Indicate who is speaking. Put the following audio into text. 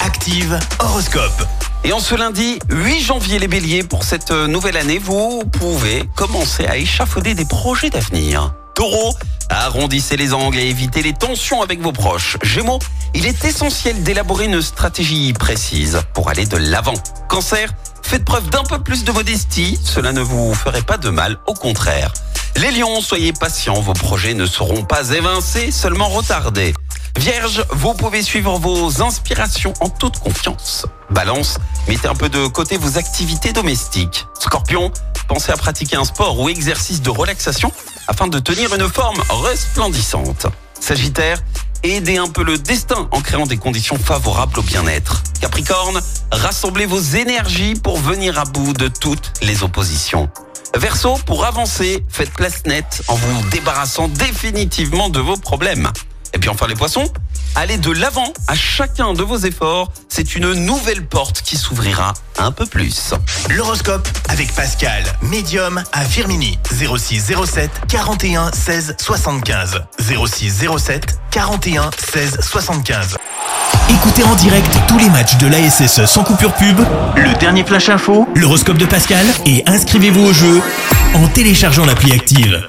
Speaker 1: Active Horoscope. Et en ce lundi 8 janvier, les béliers, pour cette euh, nouvelle année, vous pouvez commencer à échafauder des projets d'avenir. Taureau, arrondissez les angles et évitez les tensions avec vos proches. Gémeaux, il est essentiel d'élaborer une stratégie précise pour aller de l'avant. Cancer, faites preuve d'un peu plus de modestie, cela ne vous ferait pas de mal, au contraire. Les lions, soyez patients, vos projets ne seront pas évincés, seulement retardés. Vierge, vous pouvez suivre vos inspirations en toute confiance. Balance, mettez un peu de côté vos activités domestiques. Scorpion, pensez à pratiquer un sport ou exercice de relaxation afin de tenir une forme resplendissante. Sagittaire, aidez un peu le destin en créant des conditions favorables au bien-être. Capricorne, rassemblez vos énergies pour venir à bout de toutes les oppositions. Verseau, pour avancer, faites place nette en vous débarrassant définitivement de vos problèmes. Et puis enfin les poissons, allez de l'avant à chacun de vos efforts, c'est une nouvelle porte qui s'ouvrira un peu plus.
Speaker 2: L'horoscope avec Pascal, médium à Firmini. 06 07 41 16 75. 06 07 41 16 75.
Speaker 3: Écoutez en direct tous les matchs de l'ASSE sans coupure pub,
Speaker 2: Le dernier flash info
Speaker 3: l'horoscope de Pascal et inscrivez-vous au jeu en téléchargeant l'appli active.